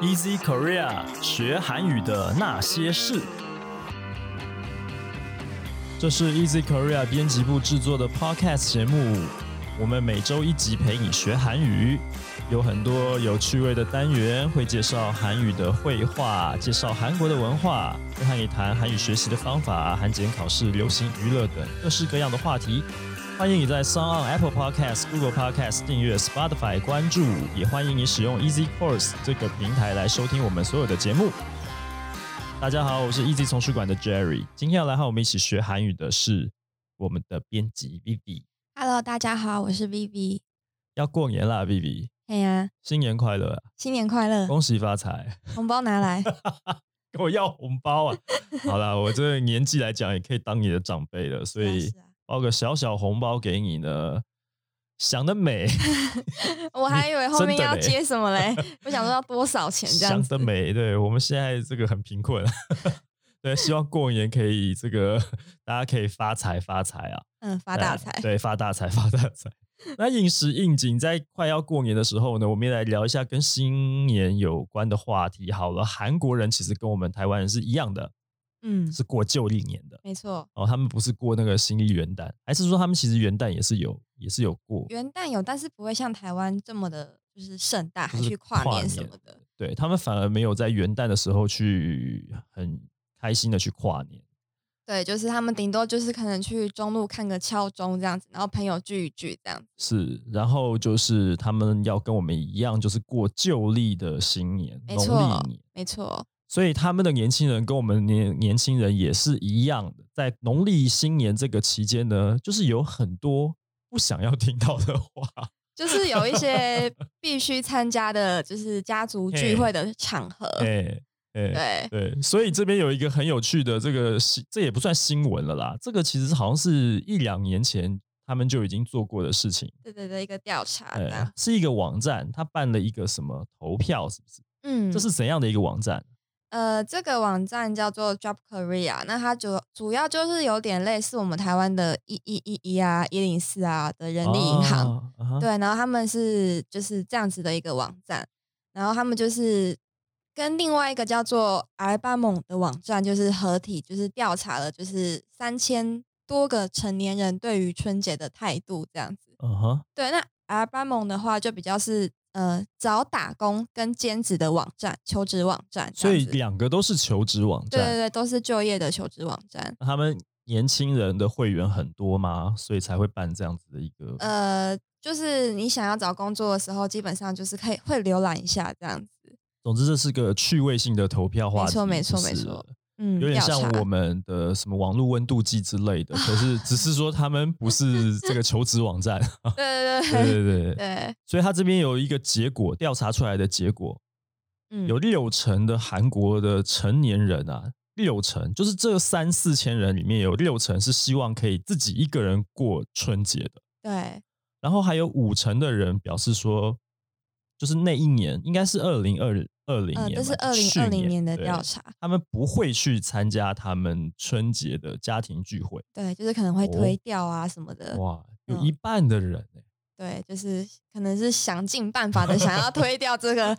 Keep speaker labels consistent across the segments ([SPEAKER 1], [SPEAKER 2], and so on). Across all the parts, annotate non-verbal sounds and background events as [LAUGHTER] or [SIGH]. [SPEAKER 1] Easy Korea 学韩语的那些事。这是 Easy Korea 编辑部制作的 Podcast 节目，我们每周一集陪你学韩语，有很多有趣味的单元，会介绍韩语的绘画，介绍韩国的文化，会和你谈韩语学习的方法、韩检考试、流行娱乐等各式各样的话题。欢迎你在 s o n Apple Podcast、Google Podcast 订阅、Spotify 关注，也欢迎你使用 Easy Course 这个平台来收听我们所有的节目。大家好，我是 Easy 丛书馆的 Jerry，今天要来和我们一起学韩语的是我们的编辑 Vivi。
[SPEAKER 2] Hello，大家好，我是 Vivi。
[SPEAKER 1] 要过年啦，Vivi，
[SPEAKER 2] 哎呀，
[SPEAKER 1] 新年快乐啊，
[SPEAKER 2] 新年快乐，
[SPEAKER 1] 恭喜发财！ [LAUGHS]
[SPEAKER 2] 红包拿来。
[SPEAKER 1] 跟我要红包
[SPEAKER 2] [LAUGHS]
[SPEAKER 1] 啊！好啦，我这个年纪来讲，也可以当你的长辈了，所以
[SPEAKER 2] 是啊
[SPEAKER 1] 包个小小红包给你呢，想得美。
[SPEAKER 2] 是啊我还以为后面
[SPEAKER 1] 真的
[SPEAKER 2] 要
[SPEAKER 1] 嘞
[SPEAKER 2] 接什么
[SPEAKER 1] [LAUGHS]
[SPEAKER 2] 嘞，我想说要多少钱这样
[SPEAKER 1] 想
[SPEAKER 2] 子
[SPEAKER 1] 得。美，对我们现在这个很贫困， [LAUGHS] 对，希望过年可以这个大家可以发财发财啊，
[SPEAKER 2] 嗯，发大财
[SPEAKER 1] 哎。对，发大财 [LAUGHS] 发大财。那饮食应景，在快要过年的时候呢，我们也来聊一下跟新年有关的话题。好了，韩国人其实跟我们台湾人是一样的，
[SPEAKER 2] 嗯，
[SPEAKER 1] 是过旧历年的
[SPEAKER 2] 没错。
[SPEAKER 1] 哦，他们不是过那个新历元旦，还是说他们其实元旦也是有也是有过？
[SPEAKER 2] 元旦有，但是不会像台湾这么的，就是盛大，还
[SPEAKER 1] 就是
[SPEAKER 2] 去跨
[SPEAKER 1] 跨
[SPEAKER 2] 年什
[SPEAKER 1] 年
[SPEAKER 2] 么的。
[SPEAKER 1] 对他们反而没有在元旦的时候去很开心的去跨年。
[SPEAKER 2] 对，就是他们顶多就是可能去中路看个敲钟这样子，然后朋友聚一聚这样子。
[SPEAKER 1] 是，然后就是他们要跟我们一样，就是过旧历的新年，
[SPEAKER 2] 没
[SPEAKER 1] 农
[SPEAKER 2] 错
[SPEAKER 1] 历年，
[SPEAKER 2] 没
[SPEAKER 1] [LAUGHS]
[SPEAKER 2] 错，
[SPEAKER 1] 所以他们的年轻人跟我们年年轻人也是一样的，在农历新年这个期间呢，就是有很多不想要听到的
[SPEAKER 2] [LAUGHS]
[SPEAKER 1] 话，
[SPEAKER 2] 就是有一些必须参加的，就是家族
[SPEAKER 1] 嘿
[SPEAKER 2] 聚会的场合。
[SPEAKER 1] 哎哎
[SPEAKER 2] 对，
[SPEAKER 1] 对，所以这边有一个很有趣的这个新，这也不算新闻了啦，这个其实好像是一两年前他们就已经做过的事情，
[SPEAKER 2] 对对对，一个调查这
[SPEAKER 1] 哎
[SPEAKER 2] 样。，
[SPEAKER 1] 是一个网站，他办了一个什么投票，是不是？
[SPEAKER 2] 嗯，
[SPEAKER 1] 这是怎样的一个网站？
[SPEAKER 2] 呃，这个网站叫做 Job Korea，那它主主要就是有点类似我们台湾的一一一一啊、一零四啊的人力银行，
[SPEAKER 1] 哦啊哈
[SPEAKER 2] 对，然后他们是就是这样子的一个网站，然后他们就是跟另外一个叫做 a 巴蒙的网站就是合体，就是调查了就是三千多个成年人对于春节的态度这样子。
[SPEAKER 1] 嗯哼，
[SPEAKER 2] 对，那 a 巴蒙的话就比较是呃找打工跟兼职的网站、求职网站这
[SPEAKER 1] 所
[SPEAKER 2] 样
[SPEAKER 1] 以
[SPEAKER 2] 子，
[SPEAKER 1] 两个都是求职网
[SPEAKER 2] 对对
[SPEAKER 1] 站，
[SPEAKER 2] 对，都是就业的求职网站。
[SPEAKER 1] 那他们年轻人的会员很多吗？所以才会办这样子的一个，
[SPEAKER 2] 呃，就是你想要找工作的时候，基本上就是可以会浏览一下这样子。
[SPEAKER 1] 总之这是个趣味性的投票话题，
[SPEAKER 2] 没错没错
[SPEAKER 1] 就是
[SPEAKER 2] 没错，嗯，
[SPEAKER 1] 有点
[SPEAKER 2] 调
[SPEAKER 1] 像
[SPEAKER 2] 查
[SPEAKER 1] 我们的什么网络温度计之类的，可是只是说他们不是这个求职网站，
[SPEAKER 2] [LAUGHS]
[SPEAKER 1] 对
[SPEAKER 2] 对对对
[SPEAKER 1] 对对对，
[SPEAKER 2] 对，
[SPEAKER 1] 所以他这边有一个结果调查出来的结果，
[SPEAKER 2] 嗯，
[SPEAKER 1] 有六成的韩国的成年人啊，六成就是这三四千人里面有六成是希望可以自己一个人过春节的，
[SPEAKER 2] 对
[SPEAKER 1] 然后还有五成的人表示说，就是那一年应该是二零二二零
[SPEAKER 2] 呃，
[SPEAKER 1] 年嘛，
[SPEAKER 2] 这是
[SPEAKER 1] 就
[SPEAKER 2] 二
[SPEAKER 1] 去
[SPEAKER 2] 零二零年
[SPEAKER 1] 年
[SPEAKER 2] 的
[SPEAKER 1] 对
[SPEAKER 2] 调查，
[SPEAKER 1] 他们不会去参加他们春节的家庭聚会。
[SPEAKER 2] 对，就是可能会
[SPEAKER 1] 哦
[SPEAKER 2] 推掉啊什么的，
[SPEAKER 1] 哇，有
[SPEAKER 2] 嗯
[SPEAKER 1] 一半的人、欸
[SPEAKER 2] 对，就是可能是想尽办法的想要推掉这
[SPEAKER 1] [LAUGHS]
[SPEAKER 2] 个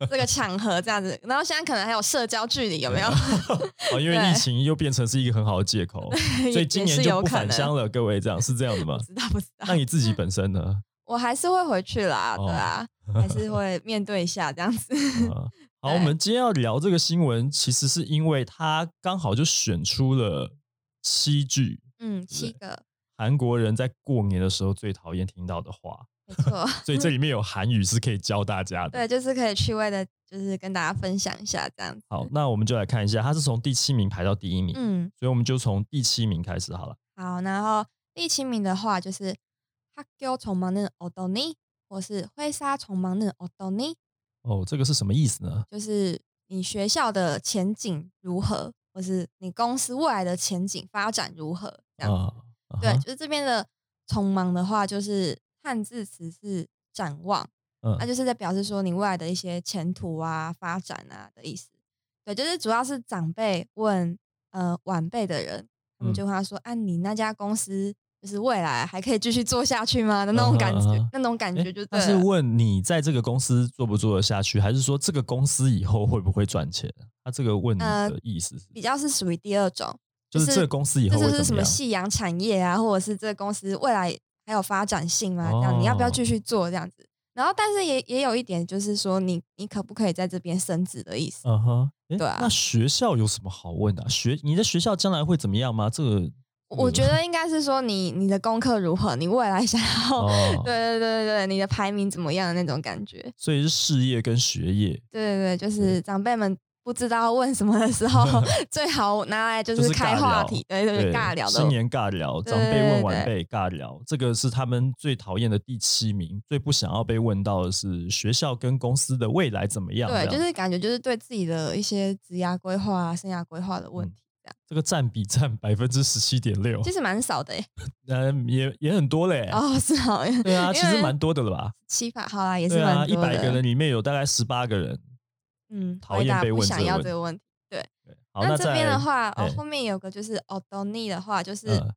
[SPEAKER 2] 这个场合这样子，然后现在可能还有社交距离，有没有？
[SPEAKER 1] 哦，因为
[SPEAKER 2] 对
[SPEAKER 1] 疫情又变成是一个很好的借
[SPEAKER 2] [LAUGHS]
[SPEAKER 1] 口，所以今
[SPEAKER 2] 也
[SPEAKER 1] 年
[SPEAKER 2] 是
[SPEAKER 1] 就
[SPEAKER 2] 有
[SPEAKER 1] 不
[SPEAKER 2] 可
[SPEAKER 1] 返
[SPEAKER 2] 能
[SPEAKER 1] 乡了。各位，这样是这样的吗
[SPEAKER 2] [LAUGHS] 不？知道不知道
[SPEAKER 1] 那，你自己本身呢？
[SPEAKER 2] 我还是会回去啦，对
[SPEAKER 1] 哦
[SPEAKER 2] 啊，还是会面对一下这样子。
[SPEAKER 1] 啊，好，我们今天要聊这个新闻，其实是因为它刚好就选出了七句
[SPEAKER 2] 嗯，七个，
[SPEAKER 1] 韩国人在过年的时候最讨厌听到的话，
[SPEAKER 2] 没错， [LAUGHS]
[SPEAKER 1] 所以这里面有韩语是可以教大家的。
[SPEAKER 2] 嗯对，就是可以趣味的，就是跟大家分享一下这样子。
[SPEAKER 1] 好，那我们就来看一下，它是从第七名排到第一名，
[SPEAKER 2] 嗯，
[SPEAKER 1] 所以我们就从第七名开始好了。
[SPEAKER 2] 好，然后第七名的话就是학교정망은어떠니，或是회사정망은어떠니，
[SPEAKER 1] 哦，这个是什么意思呢？
[SPEAKER 2] 就是你学校的前景如何，或是你公司未来的前景发展如何这样子。
[SPEAKER 1] 啊，啊
[SPEAKER 2] 对，
[SPEAKER 1] 哈
[SPEAKER 2] 就是这边的重忙的话，就是汉字词是展望，
[SPEAKER 1] 嗯
[SPEAKER 2] 那、就是在表示说你未来的一些前途啊、发展啊的意思。对，就是主要是长辈问呃晚辈的人，他们
[SPEAKER 1] 嗯
[SPEAKER 2] 就会说：“啊，你那家公司就是未来还可以继续做下去吗的那种感觉
[SPEAKER 1] 嗯哼嗯哼
[SPEAKER 2] 那种感觉就
[SPEAKER 1] 他
[SPEAKER 2] 对
[SPEAKER 1] 是
[SPEAKER 2] 了
[SPEAKER 1] 问你在这个公司做不做得下去，还是说这个公司以后会不会赚钱？他这个问你
[SPEAKER 2] 呃
[SPEAKER 1] 的意思是，
[SPEAKER 2] 比较是属于第二种，
[SPEAKER 1] 就
[SPEAKER 2] 就是
[SPEAKER 1] 这个公司以
[SPEAKER 2] 这
[SPEAKER 1] 后
[SPEAKER 2] 就
[SPEAKER 1] 会
[SPEAKER 2] 是
[SPEAKER 1] 怎
[SPEAKER 2] 什
[SPEAKER 1] 么
[SPEAKER 2] 么
[SPEAKER 1] 样？
[SPEAKER 2] 夕阳产业啊，或者是这个公司未来还有发展性吗？这样你要
[SPEAKER 1] 哦
[SPEAKER 2] 不要继续做这样子？然后，但是也也有一点就是说你，你可不可以在这边升职的意思？
[SPEAKER 1] 嗯哼，诶
[SPEAKER 2] 对啊
[SPEAKER 1] 那学校有什么好问的啊、学你的学校将来会怎么样吗？这个
[SPEAKER 2] 我觉得应该是说你你的功课如何，你未来想要、
[SPEAKER 1] 哦，
[SPEAKER 2] [LAUGHS] 对对对对对，你的排名怎么样的那种感觉？
[SPEAKER 1] 所以是事业跟学业，
[SPEAKER 2] 对对对，就是长辈们不知道问什么的
[SPEAKER 1] [LAUGHS]
[SPEAKER 2] 时候，最好拿来就
[SPEAKER 1] 就是
[SPEAKER 2] 是开
[SPEAKER 1] 尬
[SPEAKER 2] 话
[SPEAKER 1] 聊
[SPEAKER 2] 题，对对对，尬聊的
[SPEAKER 1] 新年尬聊，
[SPEAKER 2] 对
[SPEAKER 1] 长辈问晚
[SPEAKER 2] 对
[SPEAKER 1] 辈尬聊，这个是他们最讨厌的第七名，最不想要被问到的是学校跟公司的未来怎么样？
[SPEAKER 2] 对，
[SPEAKER 1] 这样
[SPEAKER 2] 就是感觉就是对自己的一些职涯规划啊、生涯规划的问
[SPEAKER 1] 嗯哦
[SPEAKER 2] 题，这样
[SPEAKER 1] 这个占比占百分之十七点六
[SPEAKER 2] 其，实蛮少的诶。
[SPEAKER 1] [LAUGHS] 嗯，也也很多嘞、
[SPEAKER 2] 哦， [LAUGHS] 是好，
[SPEAKER 1] 对啊，其
[SPEAKER 2] 因
[SPEAKER 1] 实
[SPEAKER 2] 为
[SPEAKER 1] 蛮多的了吧？
[SPEAKER 2] 七百好啦，也是
[SPEAKER 1] 对啊，
[SPEAKER 2] 蛮
[SPEAKER 1] 一
[SPEAKER 2] 多
[SPEAKER 1] 百
[SPEAKER 2] 的。
[SPEAKER 1] 个人里面有大概十八个人。
[SPEAKER 2] 嗯，
[SPEAKER 1] 讨
[SPEAKER 2] 回
[SPEAKER 1] 厌
[SPEAKER 2] 答
[SPEAKER 1] 被
[SPEAKER 2] 不
[SPEAKER 1] 问
[SPEAKER 2] 想
[SPEAKER 1] 这个
[SPEAKER 2] 要
[SPEAKER 1] 问
[SPEAKER 2] 这个问题。
[SPEAKER 1] 好，那
[SPEAKER 2] 这边
[SPEAKER 1] 再
[SPEAKER 2] 的话，哦
[SPEAKER 1] 嘿，
[SPEAKER 2] 后面有个就是哦，懂逆的话，就是、
[SPEAKER 1] 嗯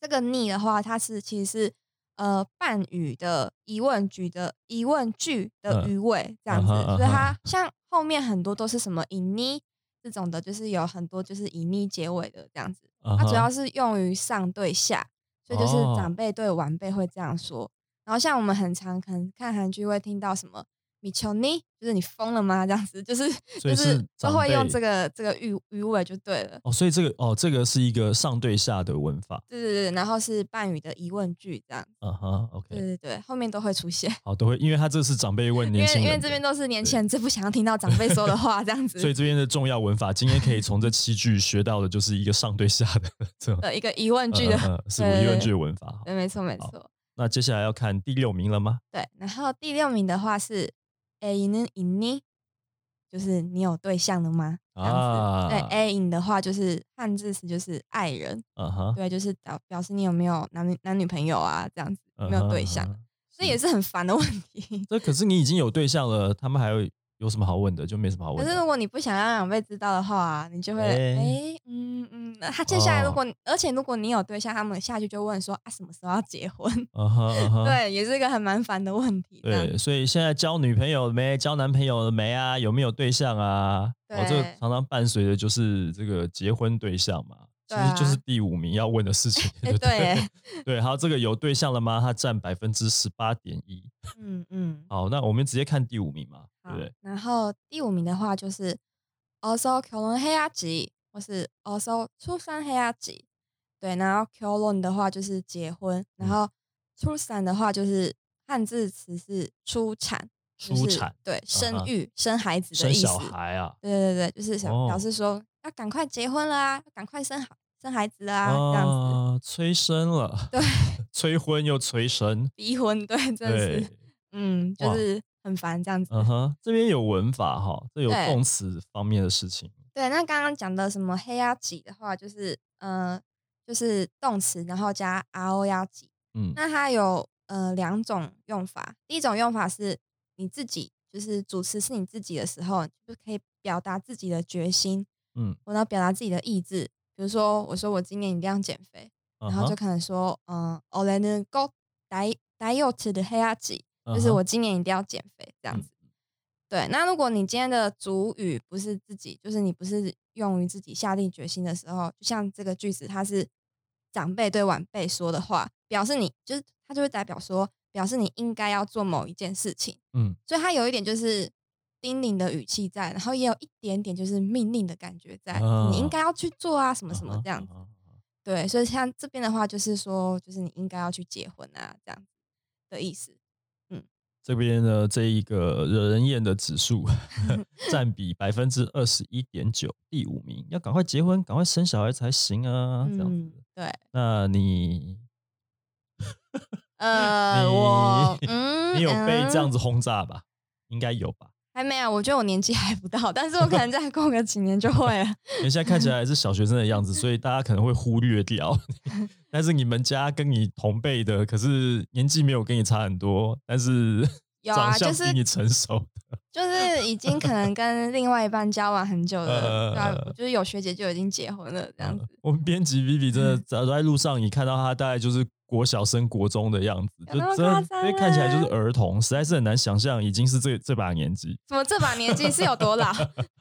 [SPEAKER 2] 这个逆的话，它是其实是呃半语的疑问句的疑问句的
[SPEAKER 1] 嗯
[SPEAKER 2] 余尾这样
[SPEAKER 1] 嗯
[SPEAKER 2] 子，
[SPEAKER 1] 哼嗯
[SPEAKER 2] 所以
[SPEAKER 1] 哼
[SPEAKER 2] 它像后面很多都是什么以逆这种的，就是有很多就是以逆结尾的这样子，
[SPEAKER 1] 嗯
[SPEAKER 2] 它主
[SPEAKER 1] 哼
[SPEAKER 2] 要是用于上对下，所以就是
[SPEAKER 1] 哦
[SPEAKER 2] 长辈对晚辈会这样说。然后像我们很常可能看韩剧会听到什么“米求尼”，就是你疯了吗？这样子，就是
[SPEAKER 1] 所以
[SPEAKER 2] 就是是都
[SPEAKER 1] 长
[SPEAKER 2] 会用
[SPEAKER 1] 辈
[SPEAKER 2] 这个这个语语尾就对了。
[SPEAKER 1] 哦，所以这个哦，这个是一个上对下的文法。
[SPEAKER 2] 对对对，然后是伴语的疑问句这样。
[SPEAKER 1] 嗯哼
[SPEAKER 2] 对
[SPEAKER 1] ，OK，
[SPEAKER 2] 对对，后面都会出现，
[SPEAKER 1] 好，都会，因为他这是长辈问
[SPEAKER 2] 因
[SPEAKER 1] 年
[SPEAKER 2] 为
[SPEAKER 1] 轻人
[SPEAKER 2] 因
[SPEAKER 1] 的，
[SPEAKER 2] 为这边都是年轻人最不想要听到长辈说的话，这样
[SPEAKER 1] [LAUGHS]
[SPEAKER 2] 子
[SPEAKER 1] 所以这边的重要文法，今天可以从这七句学到的就是一个上对下的这种
[SPEAKER 2] 的一个疑问句
[SPEAKER 1] 嗯
[SPEAKER 2] 的，
[SPEAKER 1] 嗯嗯是
[SPEAKER 2] 对
[SPEAKER 1] 疑
[SPEAKER 2] 对
[SPEAKER 1] 问
[SPEAKER 2] 对
[SPEAKER 1] 句的文法。好
[SPEAKER 2] 对，没错没
[SPEAKER 1] 嗯好
[SPEAKER 2] 错，
[SPEAKER 1] 那接下来要看第六名了吗？
[SPEAKER 2] 对。然后第六名的话是 a in in i 就是你有对象了吗？这样
[SPEAKER 1] 啊
[SPEAKER 2] 子，对 a in 的话就是汉字词就是爱人，
[SPEAKER 1] 嗯哼，
[SPEAKER 2] 对，就是表表示你有没有男女男女朋友啊，这样子有
[SPEAKER 1] 嗯
[SPEAKER 2] 没有
[SPEAKER 1] 哼
[SPEAKER 2] 对象，，
[SPEAKER 1] 嗯哼
[SPEAKER 2] 这也是很烦的问
[SPEAKER 1] [LAUGHS]
[SPEAKER 2] 题。
[SPEAKER 1] 这可是你已经有对象了，他们还有有什么好问的？就没什么好问
[SPEAKER 2] 可
[SPEAKER 1] 的。
[SPEAKER 2] 是如果你不想让长辈知道的话、你就会哎、
[SPEAKER 1] 哎
[SPEAKER 2] 诶嗯嗯，那他接下来如
[SPEAKER 1] 哦
[SPEAKER 2] 果、而且如果你有对象，他们下去就问说啊什么时候要结婚？
[SPEAKER 1] 嗯哼嗯哼，
[SPEAKER 2] 对，也是一个很蛮烦的问题。这样
[SPEAKER 1] 对，所以现在交女朋友了没？交男朋友了没啊？有没有对象啊？哦，这个
[SPEAKER 2] 对
[SPEAKER 1] 常常伴随的就是这个结婚对象嘛，其
[SPEAKER 2] 对
[SPEAKER 1] 实就是
[SPEAKER 2] 啊
[SPEAKER 1] 第五名要问的事
[SPEAKER 2] [LAUGHS]
[SPEAKER 1] 情。
[SPEAKER 2] 哎对耶，
[SPEAKER 1] [LAUGHS] 对，还有这个有对象了吗？它占百分之十八点一。
[SPEAKER 2] 嗯嗯，
[SPEAKER 1] 好，那我们直接看第五名嘛，对
[SPEAKER 2] 好
[SPEAKER 1] 不对？。
[SPEAKER 2] 然后第五名的话就是 also 求龙黑鸭吉，或是 also 出山黑鸭吉。对，然后 k o l o n 的话就是结婚，
[SPEAKER 1] 嗯
[SPEAKER 2] 然后出产的话就是汉字词是出产，就
[SPEAKER 1] 出
[SPEAKER 2] 是
[SPEAKER 1] 产
[SPEAKER 2] 对生
[SPEAKER 1] 哈
[SPEAKER 2] 育、生孩子的
[SPEAKER 1] 生
[SPEAKER 2] 意思。
[SPEAKER 1] 小孩啊，
[SPEAKER 2] 对对对，就是想
[SPEAKER 1] 哦
[SPEAKER 2] 表示说要赶快结婚了啊，赶快生好生孩子啦，这样子
[SPEAKER 1] 啊催生了，
[SPEAKER 2] 对，
[SPEAKER 1] [LAUGHS] 催婚又催生，
[SPEAKER 2] 逼婚，对，真的
[SPEAKER 1] 对
[SPEAKER 2] 是，，嗯，
[SPEAKER 1] 哇
[SPEAKER 2] 就是很烦这样子。
[SPEAKER 1] 嗯哼，这边有文法哈，这有
[SPEAKER 2] 对
[SPEAKER 1] 动词方面的事情，
[SPEAKER 2] 对，那刚刚讲的什么黑鸭几的话，就是呃，就是动词，然后加 r o 鸭几。
[SPEAKER 1] 嗯
[SPEAKER 2] 那它有呃两种用法，第一种用法是你自己，就是主持是你自己的时候，就可以表达自己的决心，
[SPEAKER 1] 嗯，
[SPEAKER 2] 我要表达自己的意志。比如说，我说我今年一定要减肥，
[SPEAKER 1] 然
[SPEAKER 2] 然后就可能说，嗯，我来呢 go 打打有吃的黑鸭几，就是我今年一定要减肥这样
[SPEAKER 1] 嗯
[SPEAKER 2] 子。对，那如果你今天的主语不是自己，就是你不是用于自己下定决心的时候，就像这个句子，它是长辈对晚辈说的话，表示你就是它就会代表说，表示你应该要做某一件事情，
[SPEAKER 1] 嗯
[SPEAKER 2] 所以它有一点就是叮咛的语气在，然后也有一点点就是命令的感觉在，你
[SPEAKER 1] 啊
[SPEAKER 2] 应该要去做啊，什么什
[SPEAKER 1] 啊
[SPEAKER 2] 么
[SPEAKER 1] 哈
[SPEAKER 2] 这样子。
[SPEAKER 1] 啊哈啊哈
[SPEAKER 2] 对，所以像这边的话，就是说，就是你应该要去结婚啊，这样子的意思。
[SPEAKER 1] 这边呢，这一个惹人厌的指
[SPEAKER 2] [LAUGHS]
[SPEAKER 1] 数占比百分之二十一点九，第五名。要赶快结婚，赶快生小孩才行啊！这样子，
[SPEAKER 2] 嗯，对，
[SPEAKER 1] 那你
[SPEAKER 2] 呃，
[SPEAKER 1] 你 [LAUGHS]
[SPEAKER 2] 我嗯，
[SPEAKER 1] 你有被这样
[SPEAKER 2] 嗯
[SPEAKER 1] 子轰炸吧？应该有吧？
[SPEAKER 2] 还没有，啊我觉得我年纪还不到，但是我可能再过个几年就会了。 [LAUGHS]
[SPEAKER 1] 你现在看起来还是小学生的样子，所以大家可能会忽略
[SPEAKER 2] [LAUGHS]
[SPEAKER 1] 掉。但是你们家跟你同辈的，可是年纪没有跟你差很多，但是
[SPEAKER 2] 有啊，
[SPEAKER 1] 长相
[SPEAKER 2] 就是
[SPEAKER 1] 比你成熟，
[SPEAKER 2] 就是已经可能跟另外一半交往很久
[SPEAKER 1] 呃
[SPEAKER 2] 了，对啊，就是有学姐就已经结婚了这样子。
[SPEAKER 1] 我们编辑 Vivi 真
[SPEAKER 2] 嗯
[SPEAKER 1] 的走在路上，你看到他大概就是国小升国中的样子，就
[SPEAKER 2] 有那么
[SPEAKER 1] 真的
[SPEAKER 2] 夸张啊
[SPEAKER 1] 因为看起来就
[SPEAKER 2] 吗
[SPEAKER 1] 是儿童，实在是很难想象已经是这这把年
[SPEAKER 2] [LAUGHS]
[SPEAKER 1] 纪，
[SPEAKER 2] 怎么这把年纪是有多
[SPEAKER 1] [LAUGHS]
[SPEAKER 2] 老？
[SPEAKER 1] 啊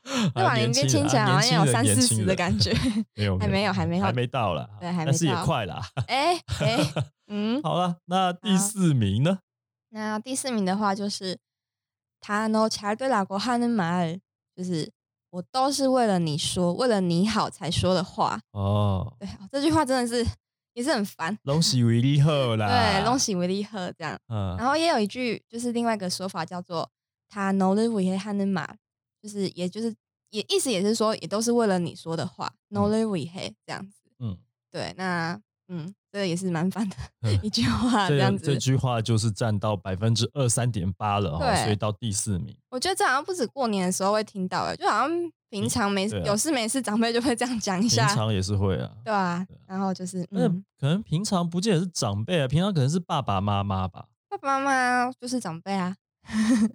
[SPEAKER 2] 这把
[SPEAKER 1] 还
[SPEAKER 2] 啊年纪听
[SPEAKER 1] 啊
[SPEAKER 2] 起来好像有三四十的感觉。 [LAUGHS]
[SPEAKER 1] 年轻人年轻人 [LAUGHS] 没有，
[SPEAKER 2] 还没有还没有
[SPEAKER 1] 还没到啦，
[SPEAKER 2] 对还没
[SPEAKER 1] 但是也
[SPEAKER 2] 到
[SPEAKER 1] 快
[SPEAKER 2] [LAUGHS]
[SPEAKER 1] 啦。
[SPEAKER 2] 哎哎，
[SPEAKER 1] [LAUGHS]
[SPEAKER 2] 嗯，
[SPEAKER 1] 好了，
[SPEAKER 2] [LAUGHS]
[SPEAKER 1] 那第四名呢？
[SPEAKER 2] 那第四名的话就是他 no 查对老国汉恩马尔，就是我都是为了你说，为了你好才说的话。
[SPEAKER 1] 哦，
[SPEAKER 2] 对，哦这句话真的是也是很烦。
[SPEAKER 1] 恭喜维利
[SPEAKER 2] [LAUGHS]
[SPEAKER 1] 赫啦，
[SPEAKER 2] 对，恭，喜维利赫这样。然
[SPEAKER 1] 啊嗯，
[SPEAKER 2] 后也有一句就是另外一个说法叫做“他 no 的维汉的马”，就是也就是也意思也是说也都是为了你说的话 no 的维黑这样子。
[SPEAKER 1] 嗯，
[SPEAKER 2] 对，那嗯，这个也是蛮烦的
[SPEAKER 1] [LAUGHS] 嗯
[SPEAKER 2] 一句话这
[SPEAKER 1] 这
[SPEAKER 2] 样
[SPEAKER 1] 这
[SPEAKER 2] 子。
[SPEAKER 1] 句话就是占到百分之二三点八了哦，
[SPEAKER 2] 对
[SPEAKER 1] 所以到第四名。
[SPEAKER 2] 我觉得这好像不止过年的时候会听到，哎，就好像平常没事
[SPEAKER 1] 对啊
[SPEAKER 2] 有事没事长辈就会这样讲一
[SPEAKER 1] 平
[SPEAKER 2] 下，
[SPEAKER 1] 常也是会啊，
[SPEAKER 2] 对啊。然后就是
[SPEAKER 1] 那
[SPEAKER 2] 嗯，
[SPEAKER 1] 可能平常不见得是长辈啊，平常可能是爸爸妈妈
[SPEAKER 2] [LAUGHS]
[SPEAKER 1] 吧。
[SPEAKER 2] 爸爸妈妈就是长辈啊，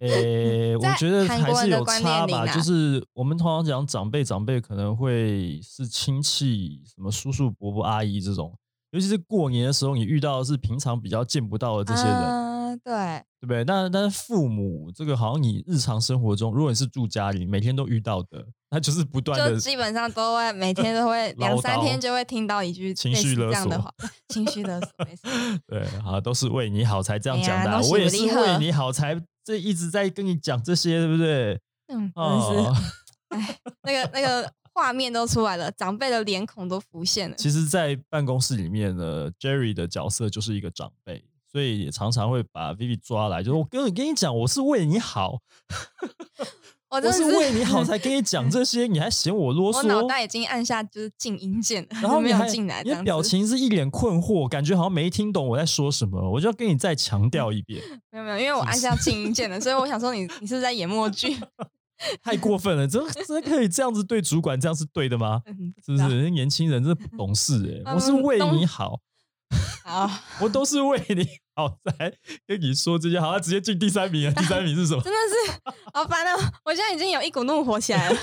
[SPEAKER 1] 诶、我
[SPEAKER 2] 在
[SPEAKER 1] 觉得
[SPEAKER 2] 韩
[SPEAKER 1] 还
[SPEAKER 2] 国
[SPEAKER 1] 是
[SPEAKER 2] 人的
[SPEAKER 1] 有
[SPEAKER 2] 观
[SPEAKER 1] 差
[SPEAKER 2] 念里
[SPEAKER 1] 吧。
[SPEAKER 2] 啦
[SPEAKER 1] 就是我们通常讲长辈，长辈可能会是亲戚，什么叔叔、伯伯、阿姨这种。尤其是过年的时候，你遇到的是平常比较见不到的这些人，
[SPEAKER 2] 啊对，
[SPEAKER 1] 对不对？但但是父母这个好像你日常生活中，如果你是住家里，每天都遇到的，那就是不断
[SPEAKER 2] 就
[SPEAKER 1] 的
[SPEAKER 2] 基本上都会每天都会
[SPEAKER 1] [LAUGHS] 唠叨
[SPEAKER 2] 两三天就会听到一句
[SPEAKER 1] 情绪
[SPEAKER 2] 类似
[SPEAKER 1] 勒
[SPEAKER 2] 这样的
[SPEAKER 1] 索
[SPEAKER 2] 话，情绪勒索，
[SPEAKER 1] [LAUGHS]
[SPEAKER 2] 没嗯错。
[SPEAKER 1] 对，好，都是为你好才这样讲的啊、
[SPEAKER 2] 哎呀
[SPEAKER 1] 我也
[SPEAKER 2] 恭
[SPEAKER 1] 是
[SPEAKER 2] 喜我厉害
[SPEAKER 1] 为你好才这一直在跟你讲这些，对不对？
[SPEAKER 2] 嗯，真
[SPEAKER 1] 哦
[SPEAKER 2] 是，，那个那个画面都出来了，长辈的脸孔都浮现了。
[SPEAKER 1] 其实，在办公室里面呢，Jerry 的角色就是一个长辈，所以也常常会把 Vivi 抓来，就是我跟跟你讲，我是为你好，
[SPEAKER 2] 我
[SPEAKER 1] 我
[SPEAKER 2] 啊真的，
[SPEAKER 1] 是为你好才跟
[SPEAKER 2] [LAUGHS]
[SPEAKER 1] 你讲这些，你还嫌我啰
[SPEAKER 2] 我
[SPEAKER 1] 嗦，
[SPEAKER 2] 脑袋已经按下就是静音键了，
[SPEAKER 1] 然后
[SPEAKER 2] [LAUGHS] 没
[SPEAKER 1] 你
[SPEAKER 2] 有
[SPEAKER 1] 还
[SPEAKER 2] 进来这
[SPEAKER 1] 你的
[SPEAKER 2] 样
[SPEAKER 1] 表
[SPEAKER 2] 子
[SPEAKER 1] 情是一脸困惑，感觉好像没听懂我在说什么，我就要跟你再强调一
[SPEAKER 2] [LAUGHS]
[SPEAKER 1] 遍，
[SPEAKER 2] 没有没有，因为我按下静音键了，所以我想说你你是不是在演默剧？ [LAUGHS]
[SPEAKER 1] 太过分了，真真可以这样子对主管，这样是对的吗？
[SPEAKER 2] 嗯，
[SPEAKER 1] 是不
[SPEAKER 2] 知道？
[SPEAKER 1] 是？年轻人真的不懂
[SPEAKER 2] [LAUGHS]
[SPEAKER 1] 事哎、
[SPEAKER 2] 嗯
[SPEAKER 1] 我是为你好，
[SPEAKER 2] 好，
[SPEAKER 1] 我都是为你好才跟你说这些。好，他直接进第三名啊！第三名是什么？
[SPEAKER 2] 真的是 [LAUGHS] 好烦哦！我现在已经有一股怒火起来
[SPEAKER 1] [LAUGHS]
[SPEAKER 2] 了。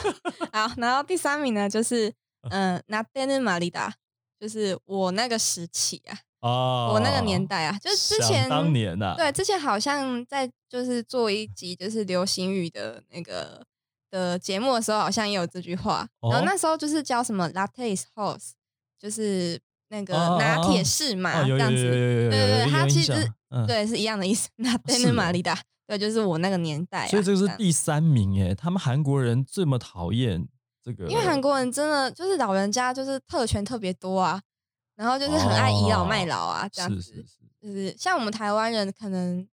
[SPEAKER 2] 好，然后第三名呢，就是嗯，拿 d a n 玛丽达，就是我那个时期啊，
[SPEAKER 1] 哦，
[SPEAKER 2] 我那个年，代啊，就是之前
[SPEAKER 1] 当年呐、啊，
[SPEAKER 2] 对，之前好像在就是做一集就是流行语的那个的节目的时候，好像也有这句话。然
[SPEAKER 1] 哦
[SPEAKER 2] 后那时候就是叫什么 latte is horse，就是那个
[SPEAKER 1] 哦哦
[SPEAKER 2] 拿
[SPEAKER 1] 哦
[SPEAKER 2] 铁是马、
[SPEAKER 1] 哦，有有
[SPEAKER 2] 啊这样
[SPEAKER 1] 有有
[SPEAKER 2] 子。
[SPEAKER 1] 有有有，
[SPEAKER 2] 对对
[SPEAKER 1] 有
[SPEAKER 2] 它
[SPEAKER 1] 有印
[SPEAKER 2] 其实
[SPEAKER 1] 象嗯，
[SPEAKER 2] 对，是一样的意思。拿
[SPEAKER 1] 是
[SPEAKER 2] a 的
[SPEAKER 1] 哦
[SPEAKER 2] 玛丽达，对，就是我那个年代啊、
[SPEAKER 1] 所以这个是
[SPEAKER 2] 样
[SPEAKER 1] 第三名哎、他们韩国人这么讨厌这个，
[SPEAKER 2] 因为韩国人真的就是老人家就是特权特别多啊，然后就是很爱倚老卖老啊，这样子。
[SPEAKER 1] 哦是是是，
[SPEAKER 2] 就是像我们台湾人，可能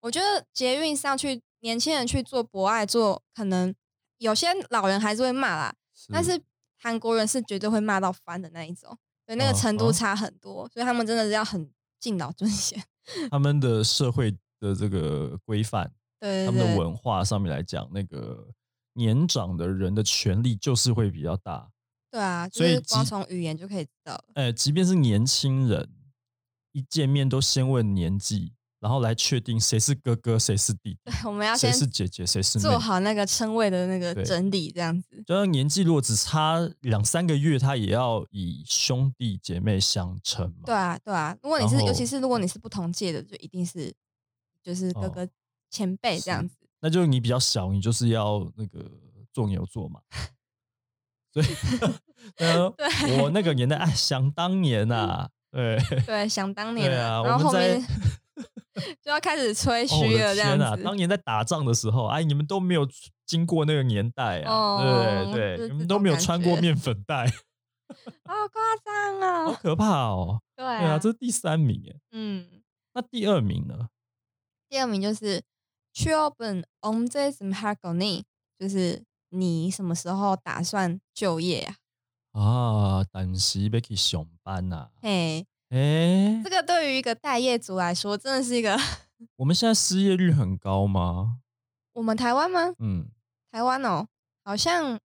[SPEAKER 2] 我觉得捷运上去，年轻人去做博爱做，可能有些老人还是会骂啦，但是韩国人是绝对会骂到翻的那一种，对，那
[SPEAKER 1] 哦
[SPEAKER 2] 个程
[SPEAKER 1] 哦
[SPEAKER 2] 度差很多，所以他们真的是要很敬老尊贤，
[SPEAKER 1] 他们的社会的这个规范，
[SPEAKER 2] 对
[SPEAKER 1] 他
[SPEAKER 2] 对
[SPEAKER 1] 们的
[SPEAKER 2] 对，
[SPEAKER 1] 文化上面来讲，那个年长的人的权利就是会比较大。
[SPEAKER 2] 对啊，就
[SPEAKER 1] 所以
[SPEAKER 2] 是光
[SPEAKER 1] 即
[SPEAKER 2] 从语言就可以知道了， [LAUGHS]
[SPEAKER 1] 呃，即便是年轻人，一见面都先问年纪，然后来确定谁是哥哥，谁是弟
[SPEAKER 2] [LAUGHS]
[SPEAKER 1] 弟，
[SPEAKER 2] 我们要
[SPEAKER 1] 谁
[SPEAKER 2] 先
[SPEAKER 1] 是姐姐，谁是妹
[SPEAKER 2] 做。好那个称谓的那个
[SPEAKER 1] 对
[SPEAKER 2] 整理，这样子，
[SPEAKER 1] 就像年纪如果只差两三个月，他也要以兄弟姐妹相称嘛。
[SPEAKER 2] 对啊对啊，如果你
[SPEAKER 1] 然
[SPEAKER 2] 是，
[SPEAKER 1] 后嗯
[SPEAKER 2] 尤其是如果你是不同届的，就一定是就是哥
[SPEAKER 1] 哦
[SPEAKER 2] 哥前辈
[SPEAKER 1] 是
[SPEAKER 2] 这样子。
[SPEAKER 1] 那就是你比较小，你就是要那个做牛做马。所
[SPEAKER 2] [LAUGHS]
[SPEAKER 1] 以，呃，
[SPEAKER 2] 对
[SPEAKER 1] 我那个年代，哎，想当年呐、对，
[SPEAKER 2] 对，想当年
[SPEAKER 1] 对
[SPEAKER 2] 了
[SPEAKER 1] 啊，我
[SPEAKER 2] 然后
[SPEAKER 1] 们
[SPEAKER 2] 后
[SPEAKER 1] 在
[SPEAKER 2] [LAUGHS] 面就要开始吹
[SPEAKER 1] 哦，我
[SPEAKER 2] 嘘
[SPEAKER 1] 的
[SPEAKER 2] 了，这
[SPEAKER 1] 天
[SPEAKER 2] 样子。
[SPEAKER 1] 啊！当年在打仗的时候，哎，你们都没有经过那个年代啊，
[SPEAKER 2] 哦
[SPEAKER 1] 对
[SPEAKER 2] 就
[SPEAKER 1] 对，你
[SPEAKER 2] 是
[SPEAKER 1] 们
[SPEAKER 2] 这
[SPEAKER 1] 都
[SPEAKER 2] 种
[SPEAKER 1] 没有
[SPEAKER 2] 感
[SPEAKER 1] 穿过
[SPEAKER 2] 觉
[SPEAKER 1] 面粉袋， [LAUGHS]
[SPEAKER 2] 好夸张
[SPEAKER 1] 好
[SPEAKER 2] 哦！
[SPEAKER 1] 可怕哦！
[SPEAKER 2] [LAUGHS] 对
[SPEAKER 1] 对
[SPEAKER 2] 啊
[SPEAKER 1] 啊，，这是第三名耶。
[SPEAKER 2] 嗯，
[SPEAKER 1] 那第二名呢？
[SPEAKER 2] 第二名就是去日本 on this m h a g o n i 就是你什么时候打算就业啊？
[SPEAKER 1] 啊，但是被去上班呐、啊。
[SPEAKER 2] 嘿，
[SPEAKER 1] 哎
[SPEAKER 2] 这，个对于一个待业族来说，真的是一个 [LAUGHS]
[SPEAKER 1] 我们现在失业率很高吗？
[SPEAKER 2] 我们台湾吗？
[SPEAKER 1] 嗯，
[SPEAKER 2] 台湾哦，好像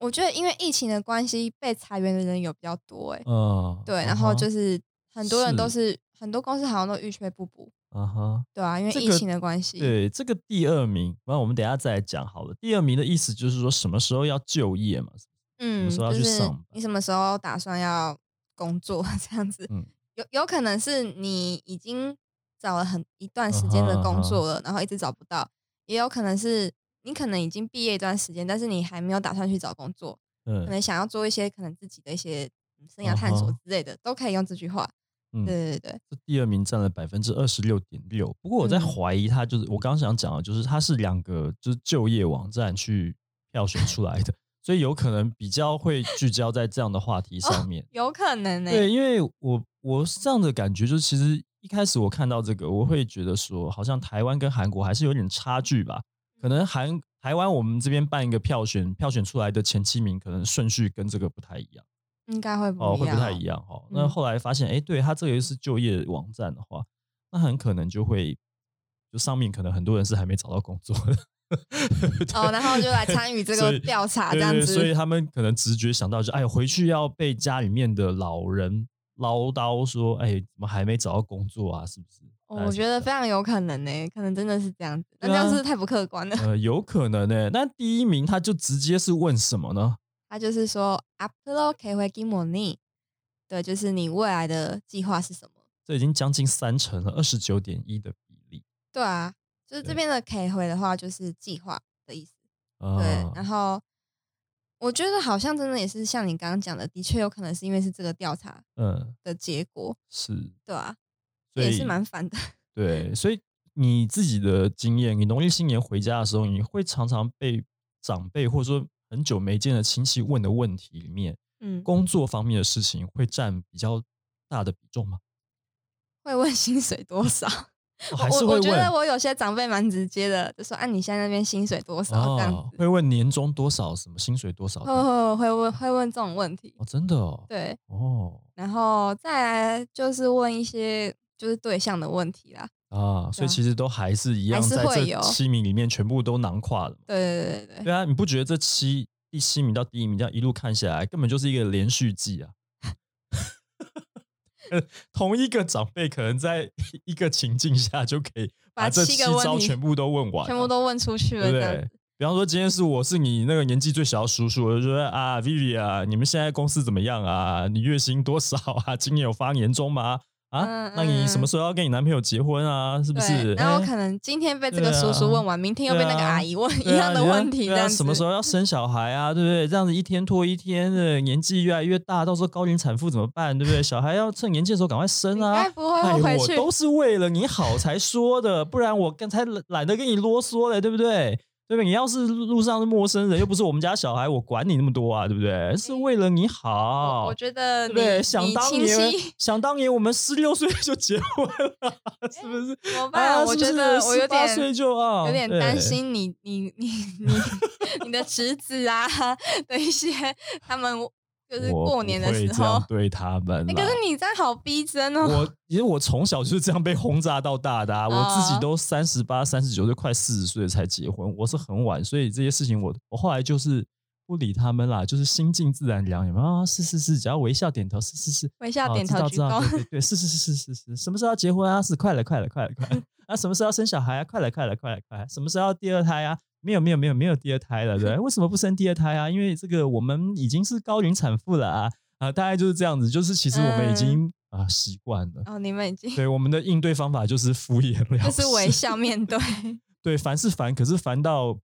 [SPEAKER 2] 我觉得因为疫情的关系，被裁员的人有比较多哎、
[SPEAKER 1] 呃，
[SPEAKER 2] 对，
[SPEAKER 1] 嗯
[SPEAKER 2] 然后
[SPEAKER 1] 哼
[SPEAKER 2] 就是很多人都
[SPEAKER 1] 是
[SPEAKER 2] 是很多公司好像都预缺不补。
[SPEAKER 1] 啊哈，
[SPEAKER 2] 对啊，因为
[SPEAKER 1] 这
[SPEAKER 2] 疫
[SPEAKER 1] 个
[SPEAKER 2] 情的关系，
[SPEAKER 1] 对，这个第二名，那我们等一下再来讲好了。第二名的意思就是说什么时候要就业嘛？
[SPEAKER 2] 嗯，
[SPEAKER 1] 什么时候要
[SPEAKER 2] 就
[SPEAKER 1] 去
[SPEAKER 2] 是
[SPEAKER 1] 上班
[SPEAKER 2] 你什么时候打算要工作 [LAUGHS] 这样子？
[SPEAKER 1] 嗯
[SPEAKER 2] 有有可能是你已经找了很一段时间的
[SPEAKER 1] 啊哈啊哈
[SPEAKER 2] 工作了，然后一直找不到；也有可能是你可能已经毕业一段时间，但是你还没有打算去找工作，可
[SPEAKER 1] 嗯
[SPEAKER 2] 能想要做一些可能自己的一些嗯生涯探索
[SPEAKER 1] 啊哈
[SPEAKER 2] 之类的，都可以用这句话。
[SPEAKER 1] 嗯，
[SPEAKER 2] 对对对，
[SPEAKER 1] 这第二名占了百分之二十六点六。不过我在
[SPEAKER 2] 嗯
[SPEAKER 1] 怀疑它就是、我刚刚想讲的，就是它是两个就是就业网站去票选出来的，所以有可能比较会聚焦在这样的话题上面。
[SPEAKER 2] 有可能呢、
[SPEAKER 1] 对，因为我我是这样的感觉，就是其实一开始我看到这个，我会觉得说，好像台湾跟韩国还是有点差距吧。可
[SPEAKER 2] 嗯
[SPEAKER 1] 能韩台湾我们这边办一个票选，票选出来的前七名，可能顺序跟这个不太一样
[SPEAKER 2] 应该会不一样、
[SPEAKER 1] 哦，会不太一。样哦。那
[SPEAKER 2] 嗯
[SPEAKER 1] 后来发现，哎、对它这个又是就业网站的话，那很可能就会就上面可能很多人是还没找到工作的。 [LAUGHS]
[SPEAKER 2] 哦，然后就来参与这
[SPEAKER 1] 所
[SPEAKER 2] 个
[SPEAKER 1] 以
[SPEAKER 2] 调啊查，这
[SPEAKER 1] 对
[SPEAKER 2] 样
[SPEAKER 1] 对，
[SPEAKER 2] 子。
[SPEAKER 1] 所以他们可能直觉想到就，哎，回去要被家里面的老人唠叨说，哎，怎么还没找到工作啊？是不是？
[SPEAKER 2] 哦我觉得非常有可能呢、可能真的是这样子。那
[SPEAKER 1] 对
[SPEAKER 2] 这
[SPEAKER 1] 啊
[SPEAKER 2] 样是不是太不客观了？
[SPEAKER 1] 呃，有可能呢、那第一名他就直接是问什么呢？
[SPEAKER 2] 他就是说 “aplo k w i m o n i 对，就是你未来的计划是什么？
[SPEAKER 1] 这已经将近三成了，二十九点一的比例。
[SPEAKER 2] 对啊，就是这
[SPEAKER 1] 对
[SPEAKER 2] 边的 “k” 回的话，就是计划的意思。
[SPEAKER 1] 啊、
[SPEAKER 2] 对，然后我觉得好像真的也是像你刚刚讲的，的确有可能是因为是这个调查
[SPEAKER 1] 嗯，
[SPEAKER 2] 的结果，
[SPEAKER 1] 是，
[SPEAKER 2] 对啊，
[SPEAKER 1] 所以
[SPEAKER 2] 也是蛮嗯烦的。
[SPEAKER 1] 对，所以你自己的经验，你农历新年回家的时候，你会常常被长辈或者说很久没见的亲戚问的问题里面，
[SPEAKER 2] 嗯，
[SPEAKER 1] 工作方面的事情会占比较大的比重吗？
[SPEAKER 2] 会问薪水多少？
[SPEAKER 1] 哦还是
[SPEAKER 2] 我
[SPEAKER 1] 会
[SPEAKER 2] 我觉
[SPEAKER 1] 问
[SPEAKER 2] 得我有些长辈蛮直接的，就说：“啊，你现在那边薪水多少？”这样
[SPEAKER 1] 哦
[SPEAKER 2] 子，哦
[SPEAKER 1] 会问年终多少，什么薪水多少的？
[SPEAKER 2] 会会会问会问这种问题，
[SPEAKER 1] 哦，真的哦，
[SPEAKER 2] 对，
[SPEAKER 1] 哦
[SPEAKER 2] 然后再来就是问一些就是对象的问题啦，
[SPEAKER 1] 啊，所以其实都还是一样，
[SPEAKER 2] 还是
[SPEAKER 1] 在
[SPEAKER 2] 会
[SPEAKER 1] 这
[SPEAKER 2] 有
[SPEAKER 1] 七名里面全部都囊括了嘛。
[SPEAKER 2] 对对对对对，
[SPEAKER 1] 对啊，你不觉得这七第七名到第一名这样一路看下来，根本就是一个连续剧啊？ [LAUGHS] 呃同一个长辈可能在 [LAUGHS] 一个情境下就可以
[SPEAKER 2] 把
[SPEAKER 1] 这
[SPEAKER 2] 七
[SPEAKER 1] 七
[SPEAKER 2] 个问
[SPEAKER 1] 招
[SPEAKER 2] 题
[SPEAKER 1] 全部都问完了，
[SPEAKER 2] 全部都问出去了
[SPEAKER 1] 啊对不
[SPEAKER 2] 这样
[SPEAKER 1] 对
[SPEAKER 2] 子，？
[SPEAKER 1] 比方说，今天是我是你那个年纪最小的叔叔，我就说啊，Vivi 啊，你们现在公司怎么样啊？你月薪多少啊？今年有发年终吗？啊，
[SPEAKER 2] 嗯
[SPEAKER 1] 那你什么时候要跟你男朋友结婚啊？是不是？
[SPEAKER 2] 对，然后
[SPEAKER 1] 哎
[SPEAKER 2] 可能今天被这
[SPEAKER 1] 对
[SPEAKER 2] 个叔叔
[SPEAKER 1] 啊
[SPEAKER 2] 问完，明天又被那个
[SPEAKER 1] 对啊
[SPEAKER 2] 阿姨问一
[SPEAKER 1] 对啊
[SPEAKER 2] 样的
[SPEAKER 1] 你要
[SPEAKER 2] 问题，这
[SPEAKER 1] 对啊，
[SPEAKER 2] 样子
[SPEAKER 1] 什么时候要生小孩啊？对不对？这样子一天拖一天的，年纪越来越大，到时候高龄产妇怎么办？对不对？小孩要趁年轻的时候赶快生
[SPEAKER 2] 你
[SPEAKER 1] 啊！
[SPEAKER 2] 该不会
[SPEAKER 1] 哎
[SPEAKER 2] 会
[SPEAKER 1] 呦
[SPEAKER 2] 回
[SPEAKER 1] 我
[SPEAKER 2] 去？
[SPEAKER 1] 都是为了你好才说的，不然我刚才懒懒得跟你啰嗦了，对不对？对不对？你要是路上是陌生人，又不是我们家小孩，我管你那么多啊，对不对？是为了你
[SPEAKER 2] 我
[SPEAKER 1] 好
[SPEAKER 2] 我，觉得
[SPEAKER 1] 啊对
[SPEAKER 2] 你
[SPEAKER 1] 不对？想
[SPEAKER 2] 你
[SPEAKER 1] 当
[SPEAKER 2] 亲
[SPEAKER 1] 年
[SPEAKER 2] 戚，，
[SPEAKER 1] 想当年我们十六岁就结婚了，是不是？
[SPEAKER 2] 怎么
[SPEAKER 1] 啊
[SPEAKER 2] 办？哎我
[SPEAKER 1] 是不
[SPEAKER 2] 觉
[SPEAKER 1] 是
[SPEAKER 2] 得我有
[SPEAKER 1] 18
[SPEAKER 2] 点
[SPEAKER 1] 岁就啊，
[SPEAKER 2] 有点担
[SPEAKER 1] 对。
[SPEAKER 2] 心你你你
[SPEAKER 1] [LAUGHS]
[SPEAKER 2] 你你的侄子啊的一些他们就是
[SPEAKER 1] 我
[SPEAKER 2] 过
[SPEAKER 1] 不
[SPEAKER 2] 年的
[SPEAKER 1] 会
[SPEAKER 2] 时
[SPEAKER 1] 这样
[SPEAKER 2] 候。
[SPEAKER 1] 对他们啦。
[SPEAKER 2] 哎、可是你这样好逼真哦！
[SPEAKER 1] 我其实我从小就是这样被轰炸到大的、啊，我自己
[SPEAKER 2] 哦
[SPEAKER 1] 都三十八、三十九，就快四十岁了才结婚，我是很晚，所以这些事情我我后来就是不理他们啦，就是心静自然凉，有没有？啊是是是，只要微笑点头，是是是，
[SPEAKER 2] 微笑
[SPEAKER 1] 哦
[SPEAKER 2] 点
[SPEAKER 1] 知
[SPEAKER 2] 头
[SPEAKER 1] 道
[SPEAKER 2] 鞠
[SPEAKER 1] 知道，
[SPEAKER 2] 躬
[SPEAKER 1] 对，对对，是是是是是是，什么时候要结婚啊？是快了快了快了快了啊！什么时候要生小孩啊？快了快了快了快了！什么时候要第二胎啊？没有没有没有没有第二胎了，
[SPEAKER 2] [LAUGHS]
[SPEAKER 1] 对？为什么不生第二胎啊？因为这个我们已经是高龄产妇了啊！啊，大概就是这样子，就是其实我们已
[SPEAKER 2] 嗯
[SPEAKER 1] 经、啊习惯了。
[SPEAKER 2] 哦，你们
[SPEAKER 1] [LAUGHS]
[SPEAKER 2] 已经
[SPEAKER 1] 对，我们的应对方法就是敷衍了
[SPEAKER 2] 就
[SPEAKER 1] 事，
[SPEAKER 2] 是微笑面对，
[SPEAKER 1] 对，烦是烦，可是烦到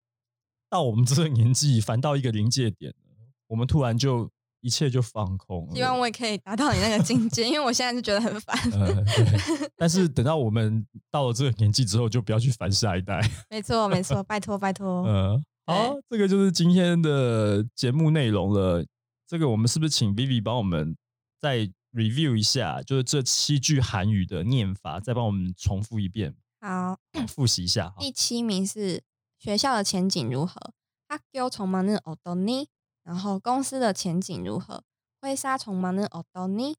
[SPEAKER 1] 到我们这个年纪，烦到一个临界点了，我们突然就一切就放空了。
[SPEAKER 2] 希望我也可以达到你那个境界，因为我现在就觉得很烦。 [LAUGHS]
[SPEAKER 1] 呃，对但是等到我们到了这个年纪之后，就不要去烦下一代。
[SPEAKER 2] 没错，没错，拜托，拜托。
[SPEAKER 1] 呃，好，这个就是今天的节目内容了。这个我们是不是请 Vivi 帮我们再 review 一下，就是这七句韩语的念法，再帮我们重复一遍，
[SPEAKER 2] 好，
[SPEAKER 1] 好复习一下哈。
[SPEAKER 2] 第七名是学校的前景如何？학교정말은어떠니？然后公司的前景如何？회사정말은어떠니？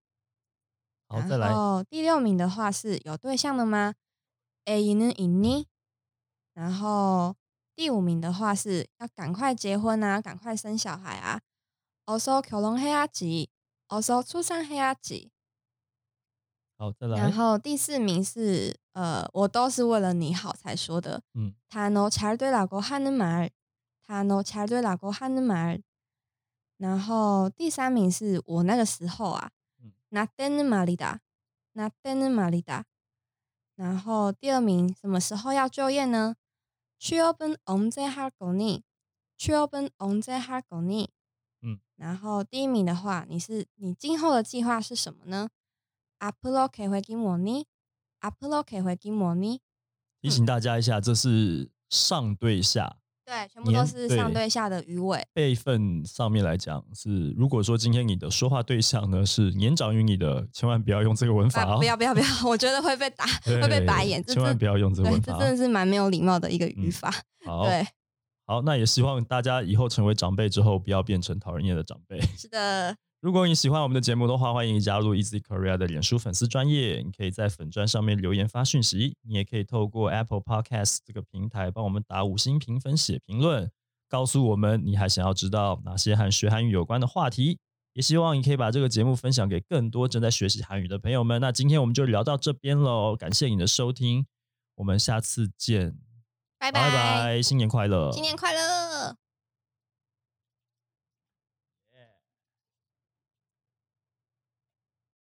[SPEAKER 1] 好，再来
[SPEAKER 2] 然。后第六名的话是有对象了吗？A는 i n 然后第五名的话是要赶快结婚啊，赶快生小孩啊。Also 결혼해야지. Also 출산해야지.
[SPEAKER 1] 好，再来
[SPEAKER 2] 然，后第四名是呃，我都是为了你好才说的。
[SPEAKER 1] 嗯，
[SPEAKER 2] 他 no 잘 되라고 하는 말，他 no 잘 되라고 하는 말。然后第三名是我那个时候啊
[SPEAKER 1] 嗯，
[SPEAKER 2] 나때는말이다， 나때는말이다。然后第二名什么时候要就业呢？취업은언제할거니？취업은언제할거니？
[SPEAKER 1] 嗯，
[SPEAKER 2] 然后第一名的话，你是你今后的计划是什么呢？앞으로계획이뭐니앞으로계획이뭐니
[SPEAKER 1] 提醒大家一下，这是上对下
[SPEAKER 2] 对，全部都
[SPEAKER 1] 年
[SPEAKER 2] 是上
[SPEAKER 1] 对
[SPEAKER 2] 对下的鱼尾。
[SPEAKER 1] 辈分上面来讲是，如果说今天你的说话对象呢是年长于你的，千万不要用这个文法
[SPEAKER 2] 啊，
[SPEAKER 1] 哦，
[SPEAKER 2] 不要不要不要，我觉得会被打，会被白眼。这
[SPEAKER 1] 千万
[SPEAKER 2] 真
[SPEAKER 1] 不要用这个
[SPEAKER 2] 对，
[SPEAKER 1] 文
[SPEAKER 2] 这
[SPEAKER 1] 法哦。
[SPEAKER 2] 真的是蛮没有礼貌的一个语
[SPEAKER 1] 嗯
[SPEAKER 2] 法。
[SPEAKER 1] 好，
[SPEAKER 2] 对，
[SPEAKER 1] 好，那也希望大家以后成为长辈之后，不要变成讨人厌的长辈。 [LAUGHS]
[SPEAKER 2] 是的，
[SPEAKER 1] 如果你喜欢我们的节目的话，欢迎加入 Easy Korea 的脸书粉丝专业，你可以在粉专上面留言发讯息，你也可以透过 Apple Podcast 这个平台帮我们打五星评分、写评论，告诉我们你还想要知道哪些和学韩语有关的话题。也希望你可以把这个节目分享给更多正在学习韩语的朋友们。那今天我们就聊到这边喽，感谢你的收听，我们下次见，
[SPEAKER 2] 拜
[SPEAKER 1] 拜拜，新年快乐，
[SPEAKER 2] 新年快乐。